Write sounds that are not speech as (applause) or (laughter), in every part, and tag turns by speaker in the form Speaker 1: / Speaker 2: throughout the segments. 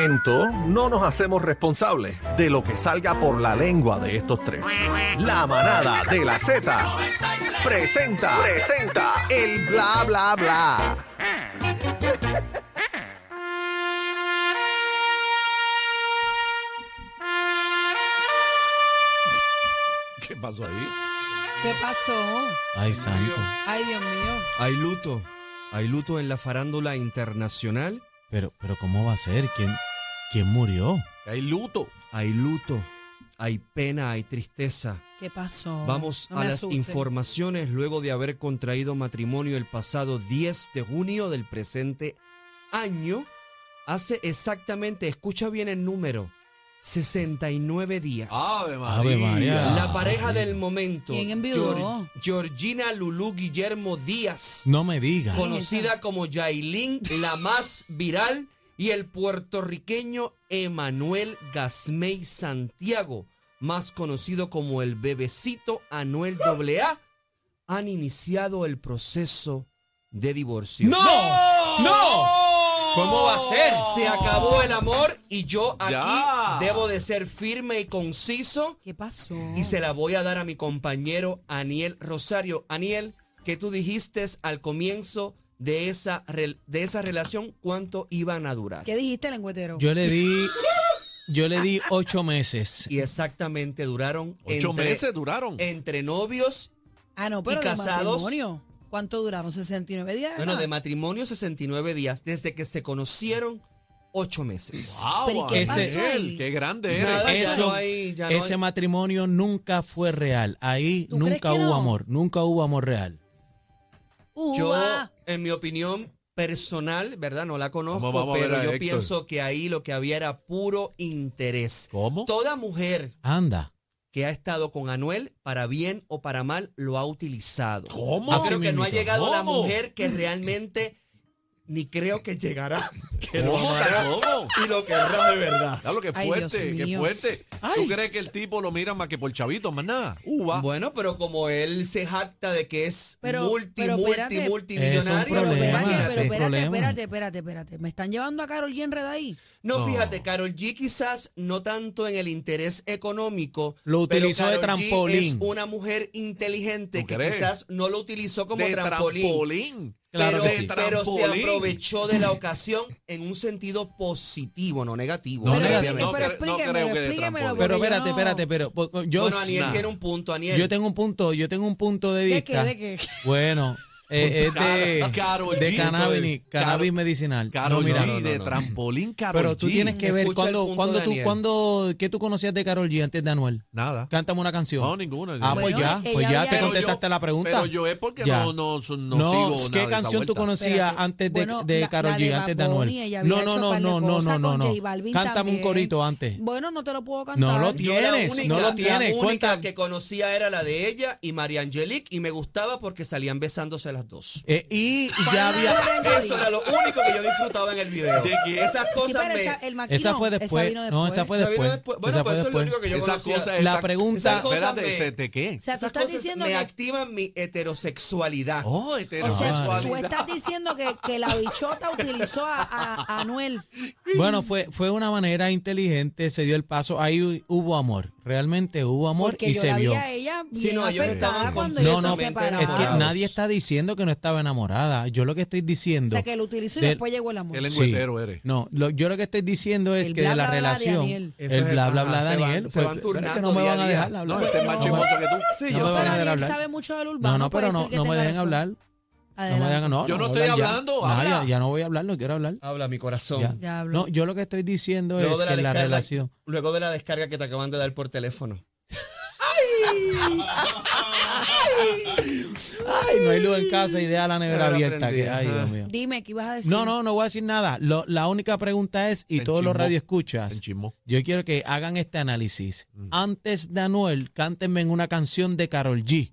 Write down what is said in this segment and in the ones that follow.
Speaker 1: momento no nos hacemos responsables de lo que salga por la lengua de estos tres. La manada de la Z presenta, presenta el bla bla bla.
Speaker 2: ¿Qué pasó ahí?
Speaker 3: ¿Qué pasó?
Speaker 4: Ay, santo.
Speaker 3: Ay, Dios mío.
Speaker 2: Hay luto. Hay luto en la farándula internacional.
Speaker 4: Pero, pero ¿cómo va a ser? ¿Quién, quién murió?
Speaker 2: Hay luto. Hay luto. Hay pena, hay tristeza.
Speaker 3: ¿Qué pasó?
Speaker 2: Vamos
Speaker 3: No
Speaker 2: a
Speaker 3: me
Speaker 2: las
Speaker 3: asusten.
Speaker 2: informaciones luego de haber contraído matrimonio el pasado 10 de junio del presente año. Hace exactamente, escucha bien el número, 69 días.
Speaker 4: Ave María.
Speaker 2: La pareja del momento,
Speaker 3: ¿Quién enviudó?
Speaker 2: Geor- Georgina Lulú Guillermo Díaz,
Speaker 4: No me digas.
Speaker 2: conocida como Yailin, la más viral, y el puertorriqueño Emanuel Gasmey Santiago, más conocido como el bebecito Anuel AA, han iniciado el proceso de divorcio.
Speaker 4: ¡No! ¡No!
Speaker 2: ¿Cómo va a ser? Se acabó el amor y yo aquí
Speaker 4: Ya.
Speaker 2: debo de ser firme y conciso
Speaker 3: ¿Qué pasó?
Speaker 2: y se la voy a dar a mi compañero Aniel Rosario. Aniel, que tú dijiste al comienzo de esa, rel- de esa relación cuánto iban a durar.
Speaker 3: ¿Qué dijiste, lengüetero?
Speaker 4: Yo le di. Yo le di ocho meses.
Speaker 2: Y exactamente duraron
Speaker 5: Ocho
Speaker 2: entre,
Speaker 5: meses duraron.
Speaker 2: entre novios,
Speaker 3: ah, no, pero
Speaker 2: ¿Y
Speaker 3: de
Speaker 2: casados?
Speaker 3: matrimonio. ¿Cuánto duraron? ¿69 días?
Speaker 2: bueno,
Speaker 3: Ah,
Speaker 2: de matrimonio 69 días, desde que se conocieron, ocho meses.
Speaker 3: ¿Pero y qué
Speaker 5: Ese-
Speaker 4: pasó
Speaker 3: ahí?
Speaker 5: Qué grande eres.
Speaker 2: Nada, ya
Speaker 4: Eso-
Speaker 2: no hay- ya no
Speaker 4: Ese
Speaker 2: hay-
Speaker 4: matrimonio nunca fue real. Ahí
Speaker 3: ¿Tú crees
Speaker 4: nunca
Speaker 3: que
Speaker 4: hubo
Speaker 3: no?
Speaker 4: amor. Nunca hubo amor real.
Speaker 2: Yo,
Speaker 3: uva.
Speaker 2: en mi opinión personal, ¿verdad? No la conozco,
Speaker 5: Vamos, vamos a ver
Speaker 2: pero
Speaker 5: a
Speaker 2: yo
Speaker 5: Héctor.
Speaker 2: pienso que ahí lo que había era puro interés.
Speaker 5: ¿Cómo?
Speaker 2: Toda mujer
Speaker 4: Anda.
Speaker 2: que ha estado con Anuel, para bien o para mal, lo ha utilizado.
Speaker 5: ¿Cómo?
Speaker 2: Yo
Speaker 4: Así
Speaker 2: creo que no ha
Speaker 4: mismito.
Speaker 2: llegado la
Speaker 5: ¿Cómo?
Speaker 2: mujer que realmente, ni creo que llegará, (laughs) que lo
Speaker 5: ¿Cómo?
Speaker 2: amará
Speaker 5: ¿Cómo?
Speaker 2: y lo querrá de verdad.
Speaker 5: Diablo, qué
Speaker 3: Ay, Dios
Speaker 5: fuerte, qué
Speaker 3: mío.
Speaker 5: fuerte.
Speaker 3: Ay.
Speaker 5: ¿Tú crees que el tipo lo mira más que por chavito, más nada? Uva.
Speaker 2: Bueno, pero como él se jacta de que es
Speaker 3: Pero-
Speaker 2: multi,
Speaker 3: pero
Speaker 2: multi,
Speaker 3: espérate.
Speaker 2: multimillonario, pues
Speaker 3: Pero
Speaker 4: problema,
Speaker 3: espérate,
Speaker 2: imagínate.
Speaker 3: pero
Speaker 4: sí,
Speaker 3: espérate,
Speaker 4: problema.
Speaker 3: espérate, espérate, espérate. ¿Me están llevando a Carol G enreda ahí?
Speaker 2: No, fíjate, Carol G quizás no tanto en el interés económico.
Speaker 4: Lo
Speaker 2: pero
Speaker 4: utilizó de
Speaker 2: Karol G
Speaker 4: trampolín.
Speaker 2: es una mujer inteligente
Speaker 5: ¿Tú
Speaker 2: que
Speaker 5: crees?
Speaker 2: quizás no lo utilizó como
Speaker 5: de
Speaker 2: trampolín.
Speaker 5: trampolín.
Speaker 4: Claro
Speaker 2: pero,
Speaker 4: que sí.
Speaker 2: pero se
Speaker 5: Trampolín.
Speaker 2: aprovechó de la ocasión en un sentido positivo, no negativo.
Speaker 4: No,
Speaker 3: pero,
Speaker 4: negativo.
Speaker 3: pero
Speaker 5: No creo- no
Speaker 3: explíquemelo,
Speaker 5: creo que de
Speaker 3: explíquemelo,
Speaker 5: trampolín.
Speaker 3: porque
Speaker 4: Pero
Speaker 3: yo
Speaker 4: espérate,
Speaker 3: no-
Speaker 4: espérate, pero po- yo,
Speaker 2: Bueno, Aniel
Speaker 5: nah.
Speaker 2: tiene un punto, Aniel.
Speaker 4: yo tengo un punto, yo tengo un punto de
Speaker 3: ¿De qué?
Speaker 4: vista.
Speaker 3: ¿De qué?
Speaker 2: (laughs)
Speaker 4: Bueno, eh, es de,
Speaker 5: Karol
Speaker 4: de
Speaker 5: G.
Speaker 4: cannabis, cannabis medicinal.
Speaker 5: Karol
Speaker 4: No, mira,
Speaker 5: G,
Speaker 4: no, no,
Speaker 5: de
Speaker 4: no.
Speaker 5: trampolín, Karol
Speaker 4: Pero tú
Speaker 5: G.
Speaker 4: tienes que ver
Speaker 2: Escucha el
Speaker 4: cuando,
Speaker 2: punto
Speaker 4: cuando
Speaker 2: de
Speaker 4: tú,
Speaker 2: Daniel.
Speaker 4: cuando, ¿qué tú conocías de Carol G antes de Anuel?
Speaker 5: Nada.
Speaker 4: Cántame una canción.
Speaker 5: No, ninguna.
Speaker 4: Ah, pues
Speaker 3: Bueno,
Speaker 4: ya,
Speaker 3: ella
Speaker 4: pues ya
Speaker 3: había-
Speaker 4: te
Speaker 3: Pero
Speaker 4: contestaste
Speaker 5: yo-
Speaker 4: la pregunta.
Speaker 5: Pero yo es porque
Speaker 4: Ya.
Speaker 5: no,
Speaker 4: No,
Speaker 5: no, no, sigo nada
Speaker 4: ¿qué
Speaker 5: de esa
Speaker 4: canción tú
Speaker 5: vuelta.
Speaker 4: conocías
Speaker 3: Espérate.
Speaker 4: antes de,
Speaker 3: Bueno,
Speaker 4: de
Speaker 3: la-
Speaker 4: Karol
Speaker 3: la
Speaker 4: G,
Speaker 3: de
Speaker 4: antes de
Speaker 3: Bad
Speaker 4: Anuel?
Speaker 3: Bunny, ella había
Speaker 4: No, no,
Speaker 3: hecho
Speaker 4: no,
Speaker 3: par de
Speaker 4: no, no,
Speaker 3: cosas
Speaker 4: no, no,
Speaker 3: con
Speaker 4: no.
Speaker 3: J Balvin
Speaker 4: Cántame un
Speaker 3: también.
Speaker 4: corito antes.
Speaker 3: Bueno, no te lo puedo cantar.
Speaker 4: No lo
Speaker 2: Yo la
Speaker 4: tienes,
Speaker 2: única-
Speaker 4: no lo tienes,
Speaker 2: La única
Speaker 4: cuenta.
Speaker 2: que conocía era la de ella y María Angelique y me gustaba porque salían besándose las dos.
Speaker 4: Eh, y
Speaker 3: ¿Cuál
Speaker 4: ya
Speaker 3: es la
Speaker 4: había.
Speaker 3: de Angelique?
Speaker 2: Eso era lo único que yo disfrutaba en el video.
Speaker 5: ¿De qué?
Speaker 2: Esas
Speaker 3: Sí,
Speaker 2: cosas
Speaker 3: pero
Speaker 2: me...
Speaker 3: esa, el maquinón,
Speaker 4: Esa fue después.
Speaker 3: vino
Speaker 4: No, esa fue
Speaker 2: Esa vino
Speaker 4: después.
Speaker 2: después. Bueno,
Speaker 4: Esa
Speaker 2: pues
Speaker 4: fue
Speaker 2: eso es lo
Speaker 4: después.
Speaker 2: único que yo
Speaker 5: Esas
Speaker 2: conocía.
Speaker 5: cosas,
Speaker 4: La
Speaker 5: esas-
Speaker 4: pregunta-
Speaker 5: esas cosas
Speaker 2: Espérate,
Speaker 5: me-
Speaker 2: se te-
Speaker 3: O sea, tú
Speaker 2: Esas
Speaker 3: estás
Speaker 2: cosas
Speaker 3: diciendo
Speaker 2: me
Speaker 3: que...
Speaker 2: activan mi heterosexualidad.
Speaker 5: Oh,
Speaker 4: este
Speaker 3: O sea, tú
Speaker 5: heterosexualidad.
Speaker 3: estás diciendo que, que la bichota utilizó a, a- a Anuel.
Speaker 4: (laughs) Bueno, fue, fue una manera inteligente, se dio el paso. Ahí hu- hubo amor, realmente hubo amor
Speaker 3: Porque
Speaker 4: y
Speaker 3: yo
Speaker 4: se
Speaker 3: la
Speaker 4: vio.
Speaker 3: vi a ella bien
Speaker 2: Sí, no, ellos
Speaker 3: afectada
Speaker 2: estaban
Speaker 3: cuando
Speaker 4: No,
Speaker 3: ellos
Speaker 4: no,
Speaker 3: se
Speaker 4: es
Speaker 3: separaron.
Speaker 4: que nadie está diciendo que no estaba enamorada. Yo lo que estoy
Speaker 3: O
Speaker 4: diciendo.
Speaker 3: sea, que lo utilizó y
Speaker 4: del-
Speaker 3: después llegó el amor.
Speaker 5: Qué lengüetero
Speaker 4: Sí.
Speaker 5: eres.
Speaker 4: No, lo- yo lo que estoy diciendo es
Speaker 3: El
Speaker 4: que
Speaker 3: bla,
Speaker 4: de la
Speaker 3: bla, bla de
Speaker 4: relación,
Speaker 3: Daniel.
Speaker 2: Eso
Speaker 4: el
Speaker 2: es-
Speaker 4: bla bla
Speaker 2: ajá,
Speaker 4: bla
Speaker 2: se van-
Speaker 4: Daniel,
Speaker 2: se
Speaker 4: pues,
Speaker 2: van
Speaker 4: pero es que
Speaker 2: turnando
Speaker 4: no me
Speaker 2: día
Speaker 4: van
Speaker 2: a
Speaker 4: a
Speaker 2: día.
Speaker 4: dejar hablar.
Speaker 5: No, este es más
Speaker 4: No,
Speaker 5: chismoso que tú.
Speaker 2: Sí,
Speaker 4: No
Speaker 2: yo
Speaker 4: me
Speaker 2: sé.
Speaker 4: van a
Speaker 3: Pero
Speaker 4: dejar
Speaker 3: Daniel
Speaker 4: hablar.
Speaker 3: sabe mucho del urbano.
Speaker 4: No, no, pero
Speaker 3: puede
Speaker 4: no,
Speaker 3: ser que
Speaker 4: no me
Speaker 3: tenga
Speaker 4: dejen
Speaker 3: razón.
Speaker 4: hablar. No me
Speaker 3: Adelante.
Speaker 4: dejan, no,
Speaker 5: Yo no
Speaker 4: voy a
Speaker 5: estoy
Speaker 4: hablar ya.
Speaker 5: hablando,
Speaker 4: No,
Speaker 5: habla.
Speaker 4: ya, ya no voy a hablar, no quiero hablar.
Speaker 2: Habla mi corazón.
Speaker 4: Ya.
Speaker 3: Ya habló.
Speaker 4: No, yo lo que estoy diciendo
Speaker 2: Luego
Speaker 4: es
Speaker 2: de
Speaker 4: que
Speaker 2: la
Speaker 4: en la
Speaker 2: descarga-
Speaker 4: relación.
Speaker 2: Luego de la descarga que te acaban de dar por teléfono.
Speaker 4: Ay, no hay luz en casa y deja la nevera
Speaker 2: Ahora
Speaker 4: abierta.
Speaker 2: aprendí,
Speaker 4: que- ay,
Speaker 2: ajá.
Speaker 4: Dios mío.
Speaker 3: Dime, ¿qué ibas a decir?
Speaker 4: No, no, no voy a decir nada. Lo- la única pregunta es, y
Speaker 5: Se
Speaker 4: todos los
Speaker 5: enchimbó.
Speaker 4: radioescuchas,
Speaker 5: Se enchismó.
Speaker 4: yo quiero que hagan este análisis.
Speaker 2: Mm.
Speaker 4: Antes de Anuel, cántenme en una canción de Carol G.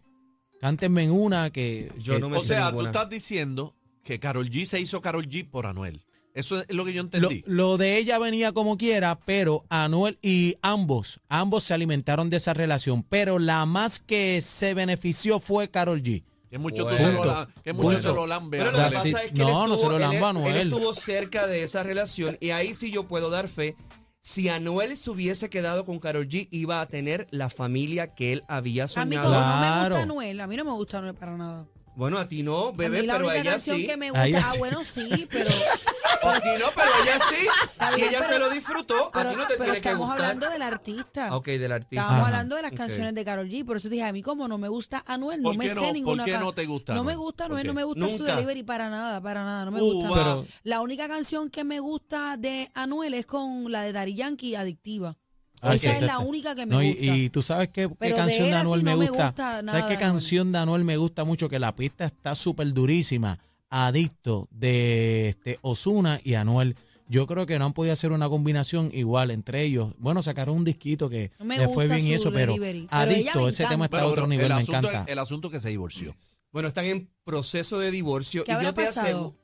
Speaker 4: Cántenme en una que...
Speaker 2: Yo
Speaker 4: que-
Speaker 2: no me
Speaker 5: O
Speaker 2: sé
Speaker 5: sea, tú
Speaker 2: ninguna.
Speaker 5: estás diciendo que Carol G se hizo Carol G por Anuel. Eso es lo que yo
Speaker 4: lo,
Speaker 5: entendí.
Speaker 4: lo de ella venía como quiera, pero Anuel y ambos, ambos se alimentaron de esa relación. Pero la más que se benefició fue Carol G.
Speaker 5: Que mucho
Speaker 2: Bueno.
Speaker 5: tú se lo,
Speaker 4: Punto.
Speaker 5: la- que mucho
Speaker 4: Punto.
Speaker 5: se lo lambe.
Speaker 2: Pero lo que
Speaker 5: Anuel.
Speaker 4: That's it.
Speaker 2: pasa es que
Speaker 4: No,
Speaker 2: él,
Speaker 4: no
Speaker 2: estuvo,
Speaker 4: se lo
Speaker 2: él- e-
Speaker 4: lamba a
Speaker 2: él
Speaker 4: Anuel.
Speaker 2: estuvo cerca de esa relación y ahí sí yo puedo dar fe. Si Anuel se hubiese quedado con Carol G, iba a tener la familia que él había
Speaker 3: A mí
Speaker 2: soñado.
Speaker 3: como no me
Speaker 4: Claro.
Speaker 3: gusta Anuel, a mí no me gusta Anuel para nada.
Speaker 2: Bueno, a ti no,
Speaker 3: a
Speaker 2: bebé,
Speaker 3: mí la
Speaker 2: pero a
Speaker 3: única
Speaker 2: ella
Speaker 3: canción
Speaker 2: sí.
Speaker 3: que me
Speaker 4: A
Speaker 3: gusta,
Speaker 4: ella
Speaker 3: ah
Speaker 4: sí.
Speaker 3: bueno sí, pero,
Speaker 2: A ti no, pero ella sí.
Speaker 3: Está
Speaker 2: (laughs) Y
Speaker 3: bien,
Speaker 2: ella se
Speaker 3: (laughs) pero-
Speaker 2: lo disfrutó. A
Speaker 3: pero,
Speaker 2: ti no te
Speaker 3: pero
Speaker 2: tiene que
Speaker 3: estamos
Speaker 2: gustar.
Speaker 3: hablando del artista.
Speaker 2: Ah, Ok, del artista.
Speaker 3: Estábamos
Speaker 4: Ajá.
Speaker 3: hablando de las
Speaker 2: Ok.
Speaker 3: canciones de Carol G, por eso dije, a mí como no me gusta Anuel, no
Speaker 5: ¿Por
Speaker 3: me
Speaker 5: qué
Speaker 3: sé
Speaker 5: no? ¿Por
Speaker 3: ninguna
Speaker 5: qué
Speaker 3: can-
Speaker 5: no te gusta
Speaker 3: No me
Speaker 5: Anuel?
Speaker 3: gusta
Speaker 5: ¿Por
Speaker 3: Anuel,
Speaker 5: qué?
Speaker 3: no me gusta su
Speaker 2: Nunca.
Speaker 3: delivery para nada, para nada, no me
Speaker 5: Uva.
Speaker 3: gusta.
Speaker 4: Pero-
Speaker 3: La única canción que me gusta de Anuel es con la de Daddy Yankee, Adictiva.
Speaker 4: Ah,
Speaker 3: Esa
Speaker 4: sí,
Speaker 3: es la
Speaker 4: exacto.
Speaker 3: única que me
Speaker 4: No, y,
Speaker 3: gusta.
Speaker 4: y tú sabes qué, qué
Speaker 3: Pero de
Speaker 4: canción de,
Speaker 3: él así
Speaker 4: Anuel me
Speaker 3: no me
Speaker 4: gusta.
Speaker 3: gusta nada
Speaker 4: ¿Sabes
Speaker 3: de
Speaker 4: qué
Speaker 3: Anuel?
Speaker 4: canción de Anuel me gusta mucho? Que la pista está súper durísima. Adicto de este, Osuna y Anuel. Yo creo que no han podido hacer una combinación igual entre ellos. Bueno, sacaron un disquito que
Speaker 3: No me
Speaker 4: le fue
Speaker 3: gusta
Speaker 4: bien y
Speaker 3: su
Speaker 4: eso, pero
Speaker 3: delivery, pero ella
Speaker 4: adicto,
Speaker 3: me
Speaker 4: ese tema
Speaker 3: encanta.
Speaker 4: está a otro nivel,
Speaker 5: el
Speaker 4: me
Speaker 5: asunto,
Speaker 4: encanta.
Speaker 5: El asunto que se divorció.
Speaker 2: Bueno, están en proceso de divorcio.
Speaker 3: ¿Qué
Speaker 2: y
Speaker 3: habrá
Speaker 2: yo te
Speaker 3: pasado?
Speaker 2: aseguro.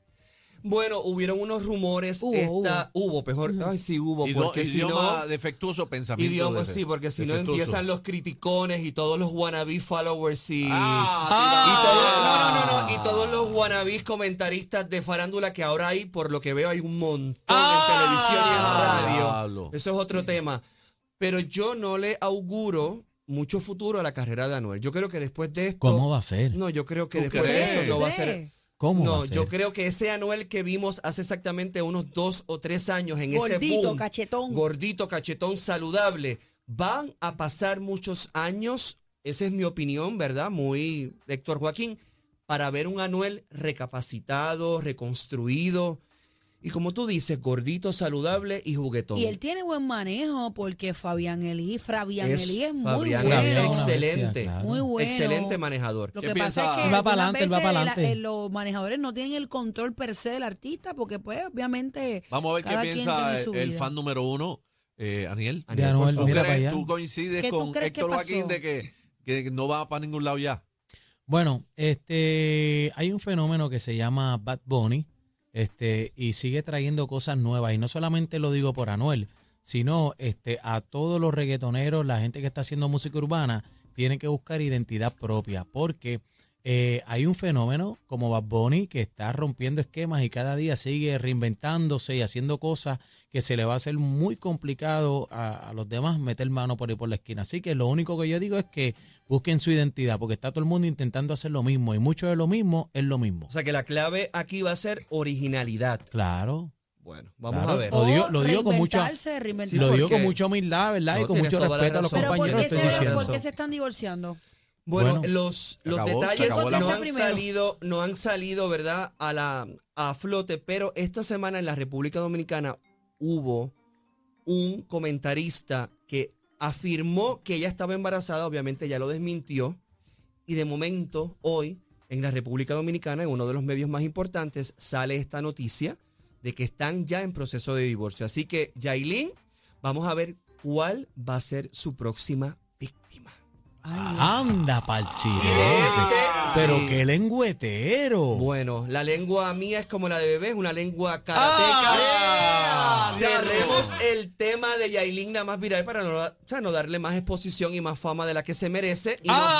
Speaker 2: Bueno, hubieron unos rumores.
Speaker 3: Hubo,
Speaker 2: esta, hubo. mejor. Ay, sí, hubo.
Speaker 5: Ido-
Speaker 2: Porque si
Speaker 5: idioma
Speaker 2: no.
Speaker 5: defectuoso, pensamiento.
Speaker 2: Idioma,
Speaker 5: defe-
Speaker 2: sí, porque si no
Speaker 5: defectuoso.
Speaker 2: empiezan los criticones y todos los wannabe followers y.
Speaker 5: Ah,
Speaker 2: y
Speaker 5: tira-
Speaker 2: todo- no, no, no, no. Y todos los wannabes comentaristas de farándula que ahora hay, por lo que veo, hay un montón
Speaker 5: Ah,
Speaker 2: en televisión y en radio.
Speaker 5: diablo.
Speaker 2: Eso es otro tema. Pero yo no le auguro mucho futuro a la carrera de Anuel. Yo creo que después de esto.
Speaker 4: ¿Cómo va a ser?
Speaker 2: No, yo creo que
Speaker 5: ¿Tú
Speaker 2: después
Speaker 5: crees?
Speaker 2: de esto
Speaker 5: ¿Tú
Speaker 2: no va a ser.
Speaker 3: ¿Cree?
Speaker 4: ¿Cómo va
Speaker 2: No,
Speaker 4: a ser?
Speaker 2: yo creo que ese Anuel que vimos hace exactamente unos dos o tres años en ese
Speaker 3: Gordito,
Speaker 2: boom,
Speaker 3: cachetón.
Speaker 2: gordito, cachetón, saludable, van a pasar muchos años, esa es mi opinión, ¿verdad? Muy Héctor Joaquín, para ver un Anuel recapacitado, reconstruido y como tú dices, gordito, saludable y juguetón.
Speaker 3: Y él tiene buen manejo porque Fabián Elí, Fabián
Speaker 2: Es-
Speaker 3: Elí es muy
Speaker 2: Fabián
Speaker 4: Elí
Speaker 3: bueno.
Speaker 4: es
Speaker 2: excelente.
Speaker 3: Muy bueno.
Speaker 2: Excelente manejador.
Speaker 3: Lo
Speaker 5: ¿Qué
Speaker 3: que
Speaker 5: piensa?
Speaker 3: pasa es que
Speaker 4: Él va para
Speaker 3: algunas
Speaker 4: adelante, él va
Speaker 3: veces
Speaker 4: para
Speaker 3: la-
Speaker 4: adelante.
Speaker 3: eh, los manejadores no tienen el control per se del artista porque pues obviamente
Speaker 5: Vamos a ver
Speaker 3: cada
Speaker 5: qué
Speaker 3: quien
Speaker 5: piensa
Speaker 3: tiene
Speaker 5: el,
Speaker 3: su vida.
Speaker 5: fan número uno, eh, Aniel.
Speaker 4: De Anuel,
Speaker 5: ¿Tú,
Speaker 4: mira
Speaker 5: crees-
Speaker 4: para allá.
Speaker 5: tú coincides
Speaker 3: ¿Qué tú
Speaker 5: con
Speaker 3: crees que
Speaker 5: Héctor Joaquín
Speaker 3: pasó?
Speaker 5: de que, que no va para ningún lado ya.
Speaker 4: Bueno, este, hay un fenómeno que se llama Bad Bunny, este, y sigue trayendo cosas nuevas. Y no solamente lo digo por Anuel, sino este, a todos los reggaetoneros, la gente que está haciendo música urbana, tienen que buscar identidad propia, porque eh, hay un fenómeno como Bad Bunny que está rompiendo esquemas y cada día sigue reinventándose y haciendo cosas que se le va a hacer muy complicado a, a los demás meter mano por ahí por la esquina. Así que lo único que yo digo es que busquen su identidad, porque está todo el mundo intentando hacer lo mismo y mucho de lo mismo es lo mismo.
Speaker 2: O sea que la clave aquí va a ser originalidad.
Speaker 4: Claro.
Speaker 2: Bueno, vamos
Speaker 4: Claro.
Speaker 2: a ver.
Speaker 4: Lo digo- lo
Speaker 3: O
Speaker 4: digo con mucha-
Speaker 3: reinventarse, reinventarse.
Speaker 2: Sí,
Speaker 4: lo digo
Speaker 2: porque-
Speaker 4: con mucha humildad, ¿verdad? y
Speaker 2: No,
Speaker 4: con
Speaker 2: tienes
Speaker 4: mucho
Speaker 2: toda la
Speaker 4: respeto a los
Speaker 2: razón.
Speaker 3: Pero ¿por
Speaker 4: compañeros
Speaker 3: qué,
Speaker 4: que estoy
Speaker 2: se-
Speaker 3: se,
Speaker 4: diciendo.
Speaker 3: ¿por qué
Speaker 2: Eso.
Speaker 3: se están divorciando?
Speaker 2: Bueno,
Speaker 4: Bueno.
Speaker 2: los, los
Speaker 5: acabó, se
Speaker 2: detalles
Speaker 5: acabó la
Speaker 2: no
Speaker 5: pausa.
Speaker 2: han salido, no han salido, ¿verdad? A la a flote, pero esta semana en la República Dominicana hubo un comentarista que afirmó que ella estaba embarazada, obviamente ya lo desmintió, y de momento hoy en la República Dominicana, en uno de los medios más importantes, sale esta noticia de que están ya en proceso de divorcio. Así que, Yailin, vamos a ver cuál va a ser su próxima víctima.
Speaker 3: Ay,
Speaker 4: Ah, Anda,
Speaker 2: Este,
Speaker 4: parcirete.
Speaker 2: sí.
Speaker 4: Pero qué lengüetero.
Speaker 2: Bueno, la lengua mía es como la de bebé, es una lengua karateca. Cerremos el tema de Yailin, la más viral, para no, o sea, no darle más exposición y más fama de la que se merece. Y nos vamos.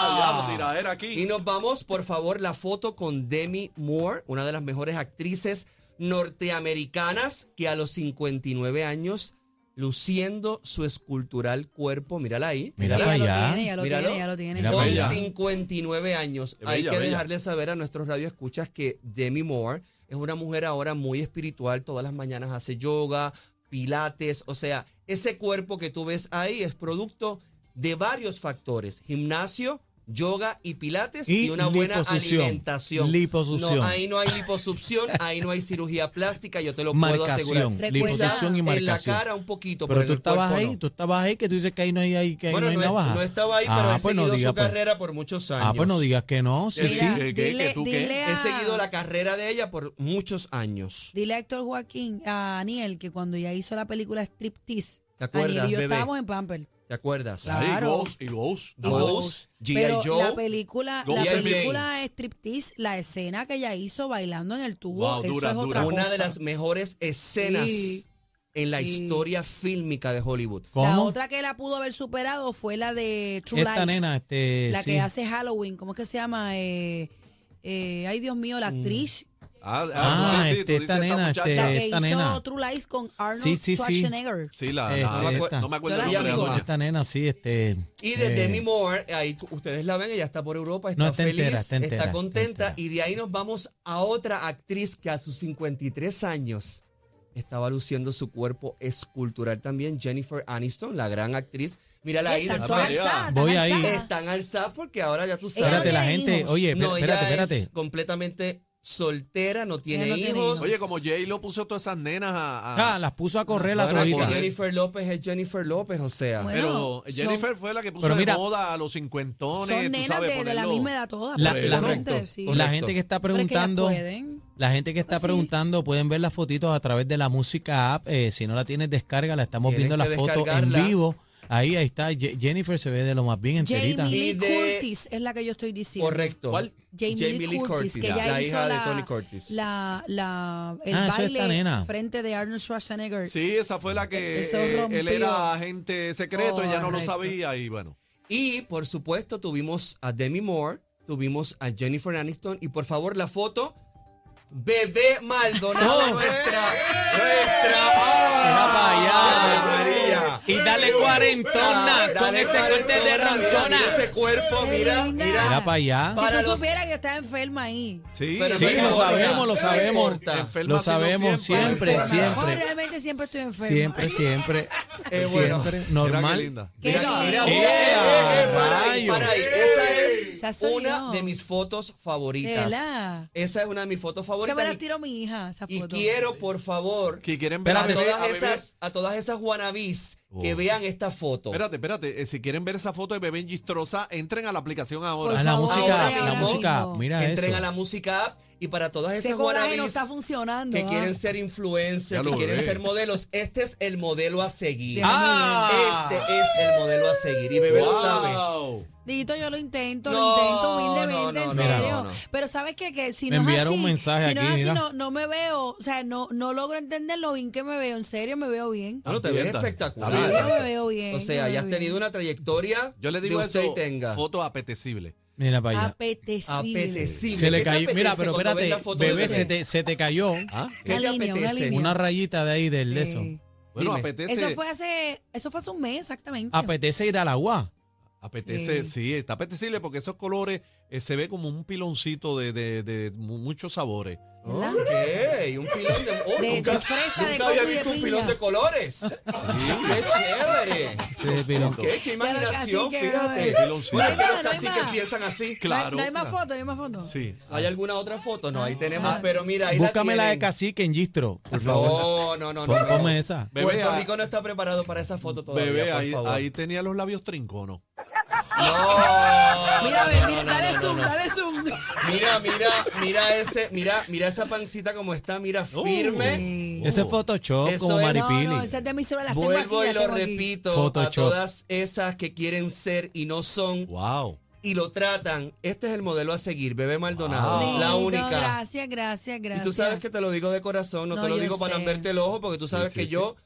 Speaker 5: Ah, tiradera aquí.
Speaker 2: Y nos vamos, por favor, la foto con Demi Moore, una de las mejores actrices norteamericanas que a los 59 años, luciendo su escultural cuerpo, mírala ahí.
Speaker 4: Mira
Speaker 3: ya
Speaker 4: para
Speaker 3: lo
Speaker 4: allá.
Speaker 3: tiene, ya lo
Speaker 2: Míralo.
Speaker 3: tiene, ya lo tiene.
Speaker 4: Mira
Speaker 2: con
Speaker 4: para allá.
Speaker 2: 59 años.
Speaker 5: Es
Speaker 2: Hay
Speaker 5: bella,
Speaker 2: que
Speaker 5: bella.
Speaker 2: dejarle saber a nuestros radioescuchas que Demi Moore es una mujer ahora muy espiritual. Todas las mañanas hace yoga, pilates. O sea, ese cuerpo que tú ves ahí es producto de varios factores. Gimnasio, yoga y pilates y,
Speaker 4: Y
Speaker 2: una buena
Speaker 4: liposucción.
Speaker 2: alimentación.
Speaker 4: Liposucción.
Speaker 2: No, ahí no hay liposucción, ahí no hay cirugía plástica, yo te lo puedo asegurar.
Speaker 4: Marcación,
Speaker 3: Recuerda-
Speaker 2: Quizás
Speaker 4: liposucción y
Speaker 2: en la
Speaker 4: marcación.
Speaker 2: cara un poquito,
Speaker 4: Pero
Speaker 2: pero, en
Speaker 4: tú
Speaker 2: el
Speaker 4: estabas
Speaker 2: cuerpo no.
Speaker 4: ahí, tú estabas ahí, que tú dices que ahí no hay, ahí- que ahí
Speaker 2: Bueno,
Speaker 4: no hay
Speaker 2: no, es-
Speaker 4: navaja.
Speaker 2: no estaba ahí, pero
Speaker 4: Ah,
Speaker 2: he
Speaker 4: pues no
Speaker 2: seguido
Speaker 4: digas,
Speaker 2: su
Speaker 4: pues.
Speaker 2: carrera por muchos años.
Speaker 4: Ah, pues no digas que no. Sí,
Speaker 5: Mira,
Speaker 4: sí.
Speaker 5: ¿qué- qué-
Speaker 3: dile,
Speaker 5: qué tú qué?
Speaker 3: dile
Speaker 2: He
Speaker 3: a,
Speaker 2: seguido la carrera de ella por muchos años.
Speaker 3: dile a Héctor Joaquín, a Aniel, que cuando ya hizo la película Striptease,
Speaker 2: ¿Te acuerdas,
Speaker 3: Aniel y yo
Speaker 2: bebé?
Speaker 3: estábamos en Pamper.
Speaker 2: ¿Te acuerdas?
Speaker 3: Claro.
Speaker 5: Sí, Ghost, y Ghost.
Speaker 2: Ghost,
Speaker 5: nada más.
Speaker 2: G.I.
Speaker 3: Pero
Speaker 2: Joe,
Speaker 3: la película, la
Speaker 5: Ghost
Speaker 2: G.I. Jane.
Speaker 3: película Striptease, la escena que ella hizo bailando en el tubo,
Speaker 5: Wow,
Speaker 3: eso
Speaker 5: dura,
Speaker 3: es
Speaker 5: dura.
Speaker 3: otra
Speaker 2: Una
Speaker 3: cosa.
Speaker 2: de las mejores escenas
Speaker 3: Sí.
Speaker 2: en la
Speaker 3: Sí.
Speaker 2: historia fílmica de Hollywood.
Speaker 3: La
Speaker 4: ¿Cómo?
Speaker 3: otra que la pudo haber superado fue la de True
Speaker 4: Esta
Speaker 3: Lies,
Speaker 4: nena, este.
Speaker 3: la
Speaker 4: sí.
Speaker 3: que hace Halloween. ¿Cómo es que se llama? Eh, eh, ay, Dios mío, la
Speaker 4: Mm,
Speaker 3: actriz.
Speaker 5: Ah,
Speaker 4: Ah,
Speaker 5: ah, sí, sí,
Speaker 4: este,
Speaker 5: tú dices
Speaker 4: esta nena, este-
Speaker 5: esta muchacha.
Speaker 3: la que
Speaker 4: esta
Speaker 3: hizo
Speaker 4: nena.
Speaker 3: True Lies con Arnold
Speaker 4: Sí, sí, sí.
Speaker 3: Schwarzenegger.
Speaker 5: Sí, la,
Speaker 4: Este,
Speaker 5: la- no me acu-
Speaker 4: esta.
Speaker 5: no me acuerdo
Speaker 3: Yo
Speaker 5: el
Speaker 3: la
Speaker 5: nombre de la
Speaker 3: sigo.
Speaker 5: doña.
Speaker 4: Esta nena, sí, este.
Speaker 2: Y de
Speaker 4: eh,
Speaker 2: Demi Moore, ahí tú- ustedes la ven, ella está por Europa, está,
Speaker 4: No, está
Speaker 2: feliz,
Speaker 4: entera, está entera, está
Speaker 2: contenta.
Speaker 4: entera.
Speaker 2: Y de ahí nos vamos a otra actriz que a sus 53 años estaba luciendo su cuerpo escultural también, Jennifer Aniston, la gran actriz. Mírala ahí.
Speaker 3: Están
Speaker 2: de
Speaker 3: todas
Speaker 5: María.
Speaker 3: alzadas,
Speaker 4: Voy
Speaker 3: están
Speaker 4: ahí.
Speaker 3: alzadas.
Speaker 2: Están alzadas porque ahora ya tú
Speaker 3: Ella
Speaker 2: sabes.
Speaker 4: Espérate,
Speaker 3: no
Speaker 4: la
Speaker 3: tiene
Speaker 4: gente.
Speaker 3: hijos.
Speaker 4: Oye,
Speaker 2: No,
Speaker 4: espérate,
Speaker 2: ella
Speaker 4: espérate.
Speaker 2: es completamente soltera, no tiene
Speaker 3: no tiene
Speaker 2: hijos.
Speaker 3: hijos.
Speaker 5: Oye, como Jay lo puso todas esas nenas a. a-
Speaker 4: Ah, las puso a correr la
Speaker 2: Bueno, aquí
Speaker 4: todita.
Speaker 2: Jennifer López es Jennifer López, o sea.
Speaker 3: Bueno,
Speaker 5: pero
Speaker 3: son-
Speaker 5: Jennifer fue la que puso
Speaker 4: Pero mira,
Speaker 5: de moda a los cincuentones.
Speaker 3: Son
Speaker 5: tú
Speaker 3: nenas
Speaker 5: sabes,
Speaker 3: de, de la
Speaker 5: ponerlo-
Speaker 3: misma edad todas.
Speaker 4: La,
Speaker 5: Pues,
Speaker 4: la-
Speaker 3: prácticamente,
Speaker 2: correcto,
Speaker 3: sí.
Speaker 4: la
Speaker 2: correcto.
Speaker 4: gente que está
Speaker 3: Pero es que ellas
Speaker 4: preguntando,
Speaker 3: pueden.
Speaker 4: la gente que está
Speaker 3: Pues sí.
Speaker 4: preguntando, pueden ver las fotitos a través de la música app. eh, si no la tienes, descárgala. Estamos
Speaker 2: Tienes
Speaker 4: viendo
Speaker 2: que
Speaker 4: las fotos en
Speaker 2: descargarla.
Speaker 4: vivo. Ahí, ahí está. Je- Jennifer se ve de lo más bien enterita.
Speaker 3: Jamie Lee
Speaker 2: Y de-
Speaker 3: Curtis es la que yo estoy diciendo.
Speaker 2: Correcto.
Speaker 5: ¿Cuál?
Speaker 3: Jamie, Lee Curtis, que ella
Speaker 2: la
Speaker 3: hizo
Speaker 2: hija
Speaker 3: la,
Speaker 2: de Tony Curtis.
Speaker 3: la, la- el
Speaker 4: Ah, eso es esta
Speaker 3: baile
Speaker 4: nena.
Speaker 3: frente de Arnold Schwarzenegger.
Speaker 5: Sí, esa fue la que
Speaker 3: Eso
Speaker 5: eh, él
Speaker 3: rompió.
Speaker 5: era agente secreto, ella no lo
Speaker 3: Correcto.
Speaker 5: sabía y bueno.
Speaker 2: Y por supuesto tuvimos a Demi Moore, tuvimos a Jennifer Aniston y por favor la foto Bebé Maldonado nuestra nuestra María.
Speaker 4: Y dale cuarentona con ese corte de
Speaker 2: rancona,
Speaker 4: rancona.
Speaker 2: ese cuerpo, mira,
Speaker 3: Qué linda.
Speaker 2: mira.
Speaker 4: Mira para allá.
Speaker 3: Si
Speaker 2: Para
Speaker 3: tú
Speaker 2: los-
Speaker 3: supieras que yo estaba enferma ahí.
Speaker 5: Sí,
Speaker 2: Pero
Speaker 4: Sí,
Speaker 2: no
Speaker 4: lo
Speaker 2: importa,
Speaker 4: sabemos, lo
Speaker 2: no
Speaker 4: sabemos.
Speaker 2: importa.
Speaker 5: Enferma
Speaker 4: Lo
Speaker 5: ha sido
Speaker 4: sabemos
Speaker 5: siempre.
Speaker 4: siempre,
Speaker 3: Bueno,
Speaker 4: siempre.
Speaker 3: realmente siempre estoy enferma.
Speaker 4: Siempre, siempre.
Speaker 2: Eh, bueno.
Speaker 4: Siempre.
Speaker 5: Mira qué
Speaker 4: Normal. Ah,
Speaker 5: linda.
Speaker 3: Qué
Speaker 2: Mira, mira,
Speaker 3: lindo.
Speaker 2: mira,
Speaker 4: ¡Eh,
Speaker 2: eh, eh, para ahí,
Speaker 4: rayos!
Speaker 2: para ahí. Esa
Speaker 3: Esa
Speaker 2: es
Speaker 3: soy
Speaker 2: una
Speaker 3: yo.
Speaker 2: de mis fotos
Speaker 3: De
Speaker 2: favoritas.
Speaker 3: verdad.
Speaker 2: Esa es una de mis fotos
Speaker 3: Se me la
Speaker 2: favoritas. y-
Speaker 3: tiró mi hija, esa
Speaker 2: Y
Speaker 3: foto.
Speaker 2: quiero, por favor,
Speaker 5: Que quieren ver a
Speaker 2: a
Speaker 4: Espérate,
Speaker 5: bebé- a
Speaker 2: todas
Speaker 5: bebé-
Speaker 2: esas, a todas esas wannabis que
Speaker 5: Oh.
Speaker 2: vean esta foto.
Speaker 5: Espérate, espérate. eh, si quieren ver esa foto de Bebé en Gistrosa, entren a la aplicación ahora.
Speaker 4: Ah,
Speaker 3: Por
Speaker 4: la
Speaker 3: favor,
Speaker 4: música,
Speaker 2: ahora
Speaker 4: la
Speaker 2: mismo.
Speaker 4: música. Mira
Speaker 2: Entren
Speaker 4: eso.
Speaker 2: a la música app y para todas
Speaker 3: Ese
Speaker 2: esas
Speaker 3: coraje no
Speaker 2: wannabis
Speaker 3: está funcionando.
Speaker 2: que
Speaker 3: ¿ah?
Speaker 2: quieren ser influencers,
Speaker 5: Ya
Speaker 2: que
Speaker 5: lo
Speaker 2: quieren
Speaker 5: ve.
Speaker 2: ser modelos, este es el modelo a seguir.
Speaker 3: Dios mío.
Speaker 2: Este es el modelo a seguir. Y bebé lo sabe.
Speaker 5: Ah. Wow.
Speaker 3: Dito, yo lo intento,
Speaker 2: No,
Speaker 3: lo intento humildemente,
Speaker 2: no, no,
Speaker 3: en
Speaker 2: no,
Speaker 3: serio.
Speaker 2: no, no.
Speaker 3: Pero sabes qué? que si
Speaker 4: Me
Speaker 3: no es
Speaker 4: enviaron
Speaker 3: así,
Speaker 4: un mensaje
Speaker 3: si no
Speaker 4: aquí,
Speaker 3: es así,
Speaker 4: mira.
Speaker 3: no, no me veo, o sea, no, no logro entender lo bien que me veo, en serio me veo bien.
Speaker 2: No, no, te
Speaker 5: Está
Speaker 2: ves
Speaker 5: bien,
Speaker 2: espectacular.
Speaker 5: está bien.
Speaker 3: Sí, me veo bien,
Speaker 2: Ah, O sea,
Speaker 3: me
Speaker 2: ya
Speaker 3: veo
Speaker 2: has
Speaker 3: bien.
Speaker 2: tenido una trayectoria.
Speaker 5: Yo le digo
Speaker 2: de usted
Speaker 5: eso,
Speaker 2: y tenga.
Speaker 5: foto apetecible.
Speaker 4: Mira para allá.
Speaker 3: Apetecible.
Speaker 2: Apetecible.
Speaker 4: Se
Speaker 2: Ah, ¿Qué
Speaker 4: le
Speaker 2: te
Speaker 4: cayó. Mira,
Speaker 2: apetece
Speaker 4: pero
Speaker 2: cuando ves
Speaker 4: espérate.
Speaker 2: la foto de Ah,
Speaker 4: Bebé, se te, se te cayó
Speaker 2: ¿Qué
Speaker 3: Una
Speaker 2: te
Speaker 3: línea, una
Speaker 2: apetece?
Speaker 3: línea.
Speaker 4: una rayita de ahí del de eso.
Speaker 3: Sí.
Speaker 5: Bueno,
Speaker 2: Dime.
Speaker 5: apetece.
Speaker 3: Eso fue hace, eso fue hace un mes exactamente.
Speaker 4: Apetece ir al agua.
Speaker 5: Apetece,
Speaker 3: Sí.
Speaker 5: sí. está apetecible porque esos colores eh, se ve como un piloncito de, de- de mu- muchos sabores.
Speaker 3: ¿verdad?
Speaker 2: Ok, un pilón de. oh,
Speaker 3: De- de
Speaker 2: nunca
Speaker 3: fresa, de
Speaker 2: nunca había
Speaker 3: coco y de
Speaker 2: visto un
Speaker 3: piña.
Speaker 2: pilón de colores. ¡Qué chévere!
Speaker 4: Ese pilón.
Speaker 2: ¿Qué, qué imaginación?
Speaker 3: cacique,
Speaker 2: Fíjate.
Speaker 5: brother. Piloncito.
Speaker 2: Bueno, es que
Speaker 3: No hay
Speaker 2: los
Speaker 3: más, no hay
Speaker 2: caciques
Speaker 3: más.
Speaker 2: piensan así.
Speaker 3: No hay- Ah.
Speaker 5: Claro.
Speaker 3: No hay más fotos, no hay más fotos.
Speaker 5: Sí.
Speaker 2: ¿Hay alguna otra foto? No, ahí tenemos, pero mira, ahí
Speaker 4: Búscame la de
Speaker 2: tienen.
Speaker 4: cacique en Gistro, por favor.
Speaker 2: No, no, no, no.
Speaker 4: Pon-
Speaker 2: no.
Speaker 4: Ponme esa.
Speaker 5: Bebé,
Speaker 2: Puerto
Speaker 5: ah-
Speaker 2: Rico no está preparado para esa foto todavía,
Speaker 5: Bebé,
Speaker 2: por
Speaker 5: ahí,
Speaker 2: favor.
Speaker 5: ahí tenía los labios trinconos.
Speaker 2: No.
Speaker 3: Mira, ve, mira,
Speaker 2: no,
Speaker 3: dale
Speaker 2: no, no,
Speaker 3: zoom,
Speaker 2: no.
Speaker 3: dale
Speaker 2: (laughs)
Speaker 3: zoom.
Speaker 2: Mira, mira, mira ese, mira, mira esa pancita como está, mira, firme.
Speaker 3: Uh, Sí.
Speaker 4: Ese es Photoshop
Speaker 2: Eso
Speaker 4: como
Speaker 2: es-
Speaker 3: No,
Speaker 4: Maripili.
Speaker 3: no, ese es de mi celular. las tengo
Speaker 2: Vuelvo
Speaker 3: aquí,
Speaker 2: y
Speaker 3: las
Speaker 2: lo
Speaker 3: tengo aquí.
Speaker 2: repito a
Speaker 4: Photoshop.
Speaker 2: todas esas que quieren ser y no son
Speaker 5: Wow.
Speaker 2: y lo tratan. Este es el modelo a seguir, Bebé Maldonado,
Speaker 5: Ah.
Speaker 2: la
Speaker 3: Lindo,
Speaker 2: única.
Speaker 3: Gracias, gracias,
Speaker 2: Y
Speaker 3: gracias.
Speaker 2: tú sabes que te lo digo de corazón, no,
Speaker 3: No,
Speaker 2: te lo
Speaker 3: yo
Speaker 2: digo para
Speaker 3: sé.
Speaker 2: lamberte el ojo porque tú
Speaker 5: Sí,
Speaker 2: sabes
Speaker 5: sí,
Speaker 2: que
Speaker 5: sí.
Speaker 2: yo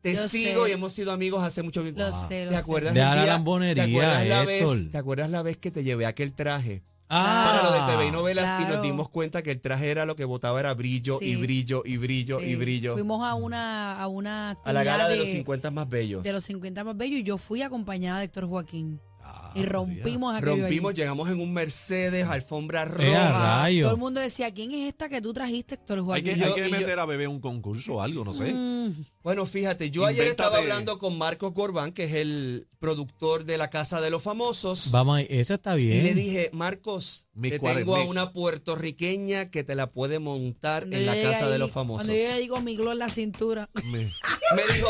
Speaker 2: te
Speaker 3: Yo
Speaker 2: sigo
Speaker 3: sé.
Speaker 2: y hemos sido amigos hace muchos años.
Speaker 3: Lo sé, lo
Speaker 2: ¿Te
Speaker 3: sé.
Speaker 2: acuerdas
Speaker 4: Deja
Speaker 2: el
Speaker 4: la
Speaker 2: día-
Speaker 4: lambonería,
Speaker 2: ¿Te acuerdas la vez?
Speaker 4: Héctor.
Speaker 2: ¿Te acuerdas la vez que te llevé aquel traje?
Speaker 4: Ah,
Speaker 2: para lo de TV y novelas y
Speaker 3: claro.
Speaker 2: nos dimos cuenta que el traje era lo que botaba era brillo y
Speaker 3: Sí.
Speaker 2: brillo y brillo y
Speaker 3: Sí.
Speaker 2: brillo
Speaker 3: Fuimos a una, a una
Speaker 2: a la
Speaker 3: actividad
Speaker 2: gala de, los 50 más bellos.
Speaker 3: de los 50 más bellos y yo fui acompañada de Héctor Joaquín.
Speaker 5: Ah,
Speaker 3: y rompimos aquello
Speaker 2: pues Rompimos,
Speaker 3: allí.
Speaker 2: llegamos en un Mercedes, alfombra
Speaker 5: Eh,
Speaker 4: Era
Speaker 2: roja.
Speaker 4: rayo.
Speaker 3: Todo el mundo decía, ¿quién es esta que tú trajiste, Héctor
Speaker 5: Hay que,
Speaker 3: Joaquín?
Speaker 5: hay
Speaker 2: yo-
Speaker 5: que
Speaker 2: y yo-
Speaker 5: meter a Bebé en un concurso o algo, no sé.
Speaker 3: Mm.
Speaker 2: Bueno, fíjate, yo ayer
Speaker 5: Invéntate.
Speaker 2: estaba hablando con Marcos Gorbán, que es el productor de La Casa de los Famosos.
Speaker 4: Vamos, ahí, esa está bien.
Speaker 2: Y le dije, Marcos,
Speaker 5: Mi
Speaker 2: te
Speaker 5: cuadre-
Speaker 2: tengo a
Speaker 5: mi-
Speaker 2: una puertorriqueña que te la puede montar
Speaker 3: Cuando
Speaker 2: en
Speaker 3: yo
Speaker 2: la
Speaker 3: llegué
Speaker 2: casa de
Speaker 3: ahí,
Speaker 2: los famosos.
Speaker 3: Cuando yo le digo mi glow en la
Speaker 2: (laughs)
Speaker 3: cintura.
Speaker 5: Me-
Speaker 2: Me dijo,